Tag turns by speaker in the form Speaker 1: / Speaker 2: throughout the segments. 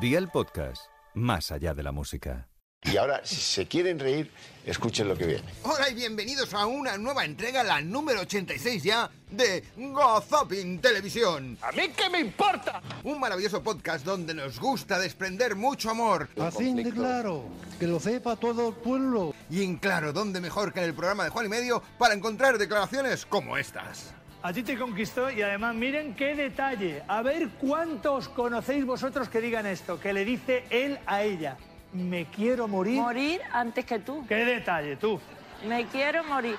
Speaker 1: Día el podcast, más allá de la música.
Speaker 2: Y ahora, si se quieren reír, escuchen lo que viene.
Speaker 3: Hola y bienvenidos a una nueva entrega, la número 86 ya, de Gozopin Televisión.
Speaker 4: ¿A mí qué me importa?
Speaker 3: Un maravilloso podcast donde nos gusta desprender mucho amor.
Speaker 5: Así de claro, que lo sepa todo el pueblo.
Speaker 3: Y en claro, donde mejor que en el programa de Juan y Medio para encontrar declaraciones como estas.
Speaker 6: A ti te conquistó y además miren qué detalle. A ver cuántos conocéis vosotros que digan esto, que le dice él a ella. Me quiero morir.
Speaker 7: Morir antes que tú.
Speaker 6: Qué detalle, tú.
Speaker 7: Me quiero morir.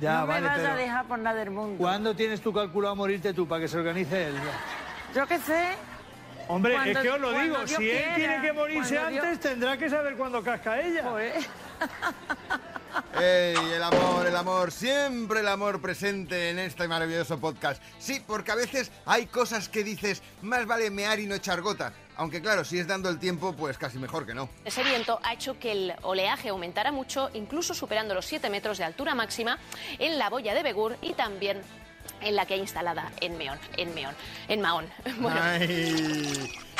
Speaker 6: Ya,
Speaker 7: no
Speaker 6: vale,
Speaker 7: me vas
Speaker 6: pero-
Speaker 7: a dejar por nada del mundo.
Speaker 6: ¿Cuándo tienes tú calculado morirte tú para que se organice él?
Speaker 7: Yo qué sé.
Speaker 6: Hombre, es
Speaker 7: Cuando-
Speaker 6: que os lo
Speaker 7: cuando
Speaker 6: digo,
Speaker 7: Dios
Speaker 6: si él
Speaker 7: quiera,
Speaker 6: tiene que morirse
Speaker 7: cuando Dios-
Speaker 6: antes, tendrá que saber cuándo casca ella.
Speaker 7: Pues,
Speaker 3: ¡Ey, el amor, el amor! Siempre el amor presente en este maravilloso podcast. Sí, porque a veces hay cosas que dices, más vale mear y no echar gota. Aunque claro, si es dando el tiempo, pues casi mejor que no.
Speaker 8: Ese viento ha hecho que el oleaje aumentara mucho, incluso superando los 7 metros de altura máxima en la boya de Begur y también en la que hay instalada en Meón, en Meón, en Mahón. Bueno,
Speaker 3: Ay,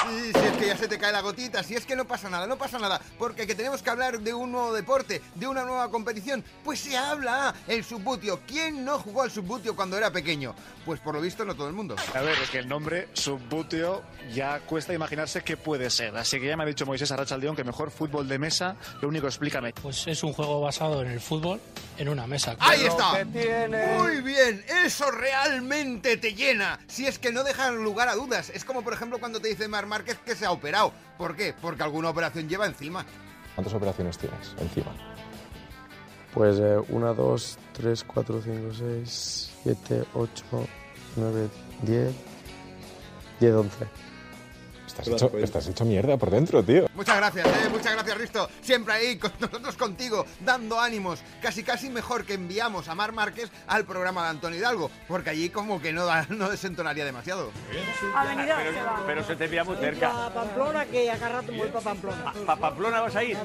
Speaker 3: y si es que ya se te cae la gotita, si es que no pasa nada, no pasa nada, porque que tenemos que hablar de un nuevo deporte, de una nueva competición, pues se habla el subbutio. ¿Quién no jugó al subbutio cuando era pequeño? Pues por lo visto no todo el mundo.
Speaker 4: A ver, es que el nombre subbuteo ya cuesta imaginarse qué puede ser. Así que ya me ha dicho Moisés Arrachaldeón que mejor fútbol de mesa, lo único explícame.
Speaker 9: Pues es un juego basado en el fútbol en una mesa.
Speaker 3: Ahí está. Muy bien, eso realmente te llena. Si es que no dejan lugar a dudas. Es como por ejemplo cuando te dice Mar Márquez que se ha operado. ¿Por qué? Porque alguna operación lleva encima.
Speaker 10: ¿Cuántas operaciones tienes encima?
Speaker 9: Pues 1, 2, 3, 4, 5, 6, 7, 8, 9, 10, 10, 11.
Speaker 10: Estás hecho, estás hecho mierda por dentro, tío.
Speaker 3: Muchas gracias, eh, muchas gracias, Risto. Siempre ahí con nosotros contigo, dando ánimos. Casi, casi mejor que enviamos a Mar Márquez al programa de Antonio Hidalgo, porque allí como que no, da- no desentonaría demasiado.
Speaker 7: avenida se va.
Speaker 9: Pero se te pilla muy cerca.
Speaker 11: A Pamplona, que agarra tu para Pamplona.
Speaker 9: ¿A Pamplona vas a ir?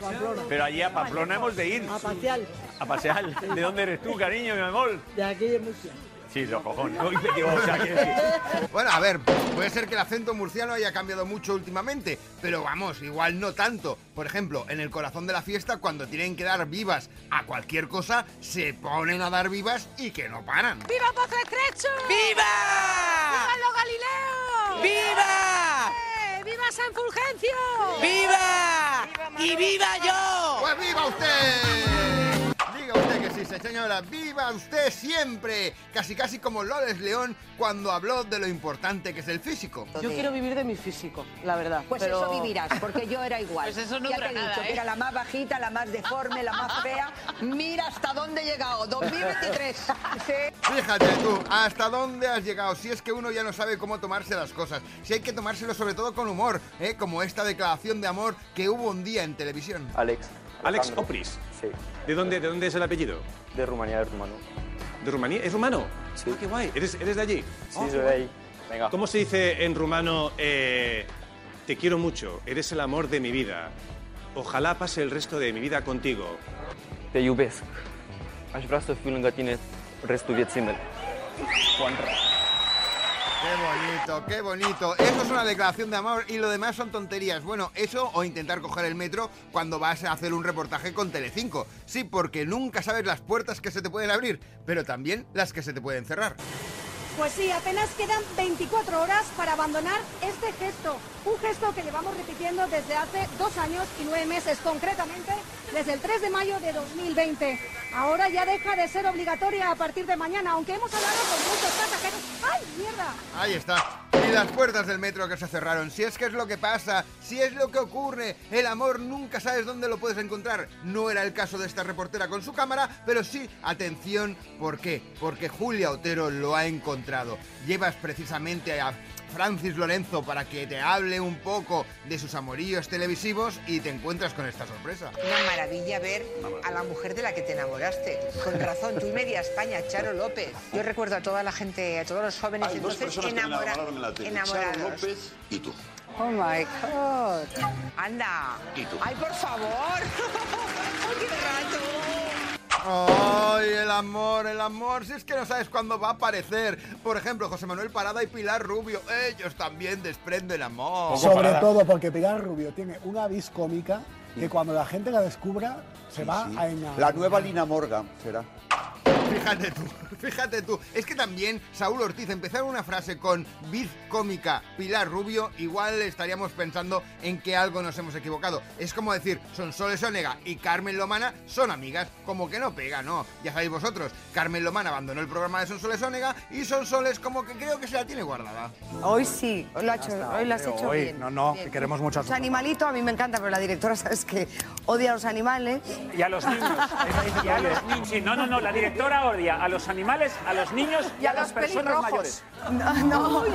Speaker 9: Pero allí a Pamplona hemos de ir,
Speaker 11: A pasear,
Speaker 9: a pasear. ¿De dónde eres tú, cariño, mi amor?
Speaker 11: de aquí de Murcia.
Speaker 9: Sí, los cojones. Uy, me equivoco, o sea, que sí.
Speaker 3: Bueno, a ver, puede ser que el acento murciano haya cambiado mucho últimamente, pero vamos, igual no tanto. Por ejemplo, en el corazón de la fiesta, cuando tienen que dar vivas a cualquier cosa, se ponen a dar vivas y que no paran.
Speaker 7: ¡Viva Pozo Estrecho!
Speaker 11: ¡Viva!
Speaker 7: los Galileos!
Speaker 11: ¡Viva!
Speaker 7: ¡Viva San Fulgencio!
Speaker 11: ¡Viva! ¡Y viva yo!
Speaker 3: ¡Pues viva usted! Diga usted que sí, sí, señora, viva usted siempre. Casi casi como Loles León cuando habló de lo importante que es el físico.
Speaker 11: Yo quiero vivir de mi físico, la verdad.
Speaker 12: Pues eso vivirás, porque yo era igual.
Speaker 11: Pues eso no
Speaker 12: ya
Speaker 11: dura
Speaker 12: te he dicho
Speaker 11: nada, ¿eh?
Speaker 12: que era la más bajita, la más deforme, la más fea. Mira hasta dónde he llegado, 2023. Sí.
Speaker 3: Fíjate tú, ¿hasta dónde has llegado? Si es que uno ya no sabe cómo tomarse las cosas. Si hay que tomárselo sobre todo con humor, ¿eh? como esta declaración de amor que hubo un día en televisión.
Speaker 9: Alex.
Speaker 10: Alex
Speaker 9: Opris. Sí. ¿De dónde, ¿De dónde es el apellido?
Speaker 10: De Rumanía, hermano.
Speaker 9: ¿De Rumanía? ¿Es rumano? Sí. qué guay. ¿Eres, eres de allí?
Speaker 10: Sí, soy de ahí. Venga.
Speaker 9: Ah, ¿Cómo se dice en rumano, eh, te quiero mucho, eres el amor de mi vida? Ojalá pase el resto de mi vida contigo.
Speaker 10: Te iubesc. Aș vrea să fiu lângă tine restul vieții mele.
Speaker 3: Qué bonito, qué bonito. Eso es una declaración de amor y lo demás son tonterías. Bueno, eso o intentar coger el metro cuando vas a hacer un reportaje con Telecinco. Sí, porque nunca sabes las puertas que se te pueden abrir, pero también las que se te pueden cerrar.
Speaker 11: Pues sí, apenas quedan 24 horas para abandonar este gesto. Un gesto que llevamos repitiendo desde hace dos años y nueve meses, concretamente desde el 3 de mayo de 2020. Ahora ya deja de ser obligatoria a partir de mañana, aunque hemos hablado con muchos pasajeros. ¡Ay, mierda!
Speaker 3: Ahí está. Y las puertas del metro que se cerraron. Si es que es lo que pasa, si es lo que ocurre, el amor nunca sabes dónde lo puedes encontrar. No era el caso de esta reportera con su cámara, pero sí, atención, ¿por qué? Porque Julia Otero lo ha encontrado. Llevas precisamente a Francis Lorenzo para que te hable un poco de sus amoríos televisivos y te encuentras con esta sorpresa.
Speaker 12: Una maravilla ver a la mujer de la que te enamoraste. Con razón, tú y media España, Charo López. Yo recuerdo a toda la gente, a todos los jóvenes
Speaker 2: Hay dos
Speaker 12: entonces
Speaker 2: personas que me
Speaker 12: enamora-
Speaker 2: enamoraron en la tele,
Speaker 12: enamorados.
Speaker 2: Charo López y tú.
Speaker 12: Oh my God. Anda.
Speaker 2: ¿Y tú?
Speaker 12: Ay, por favor. Ay, qué rato.
Speaker 3: ¡Ay, el amor, el amor! Si es que no sabes cuándo va a aparecer. Por ejemplo, José Manuel Parada y Pilar Rubio. Ellos también desprenden amor.
Speaker 13: Sobre todo porque Pilar Rubio tiene una vis cómica que cuando la gente la descubra se va a enamorar.
Speaker 14: La nueva Lina Morgan será.
Speaker 3: Fíjate tú, fíjate tú. Es que también Saúl Ortiz empezar una frase con vid cómica Pilar Rubio, igual estaríamos pensando en que algo nos hemos equivocado. Es como decir, Sonsoles Onega y Carmen Lomana son amigas, como que no pega, ¿no? Ya sabéis vosotros, Carmen Lomana abandonó el programa de Sonsoles Onega y Sonsoles como que creo que se la tiene guardada.
Speaker 12: Hoy sí, hoy, lo ha hecho- hoy lo has hecho
Speaker 14: hoy,
Speaker 12: bien.
Speaker 14: no, no,
Speaker 12: bien.
Speaker 14: que queremos mucho a
Speaker 12: Los
Speaker 14: tu mamá.
Speaker 12: animalitos a mí me encanta, pero la directora, sabes que odia a los animales.
Speaker 15: Y a los niños. Y a los niños. Sí, no, no, no. La directora odia a los animales, a los niños y, a, las personas
Speaker 12: pelirrojos.
Speaker 15: mayores.
Speaker 12: No, no,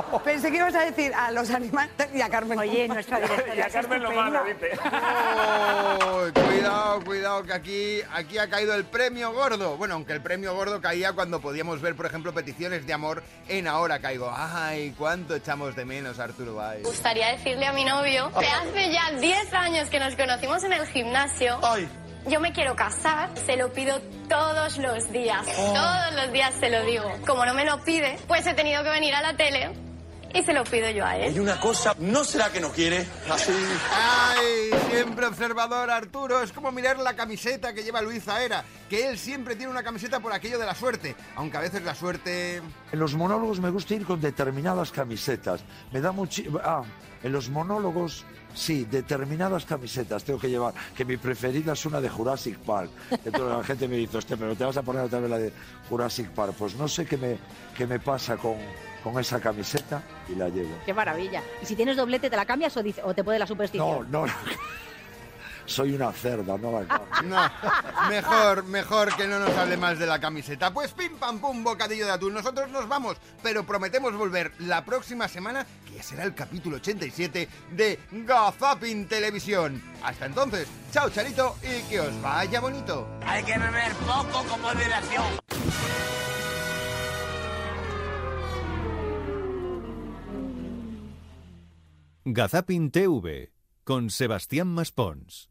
Speaker 12: no. Pensé que ibas a decir a los animales y a Carmen. Oye, nuestra
Speaker 15: Y a Carmen Lomana, dice.
Speaker 3: Uy, cuidado, cuidado, que aquí, aquí ha caído el premio gordo. Bueno, aunque el premio gordo caía cuando podíamos ver, por ejemplo, peticiones de amor en Ahora Caigo. Ay, cuánto echamos de menos a Arturo Valls.
Speaker 16: Me gustaría decirle a mi novio que hace ya 10 años que nos conocimos en el gimnasio. Yo me quiero casar, se lo pido todos los días. Todos los días se lo digo. Como no me lo pide, pues he tenido que venir a la tele y se lo pido yo a él.
Speaker 17: una cosa, ¿no será que no quiere? Así.
Speaker 3: Ay, siempre observador Arturo, es como mirar la camiseta que lleva Luis Aera, que él siempre tiene una camiseta por aquello de la suerte, aunque a veces la suerte...
Speaker 18: En los monólogos me gusta ir con determinadas camisetas. Me da mucho. Ah, en los monólogos, sí, determinadas camisetas tengo que llevar. Que mi preferida es una de Jurassic Park. Entonces la gente me dice, hostia, pero te vas a poner otra vez la de Jurassic Park. Pues no sé qué me, qué me pasa con, con esa camiseta y la llevo.
Speaker 19: Qué maravilla. Y si tienes doblete, ¿te la cambias o, dice- o te pone la
Speaker 18: No,
Speaker 19: superstición?
Speaker 18: no. Soy una cerda, no la cambio.
Speaker 3: No, mejor, mejor que no nos hable más de la camiseta. Pues pim pam pum, bocadillo de atún. Nosotros nos vamos, pero prometemos volver la próxima semana, que ya será el capítulo 87 de Gazapin Televisión. Hasta entonces, chao Charito y que os vaya bonito.
Speaker 17: Hay que beber poco con moderación.
Speaker 1: Gazapin TV con Sebastián Maspons.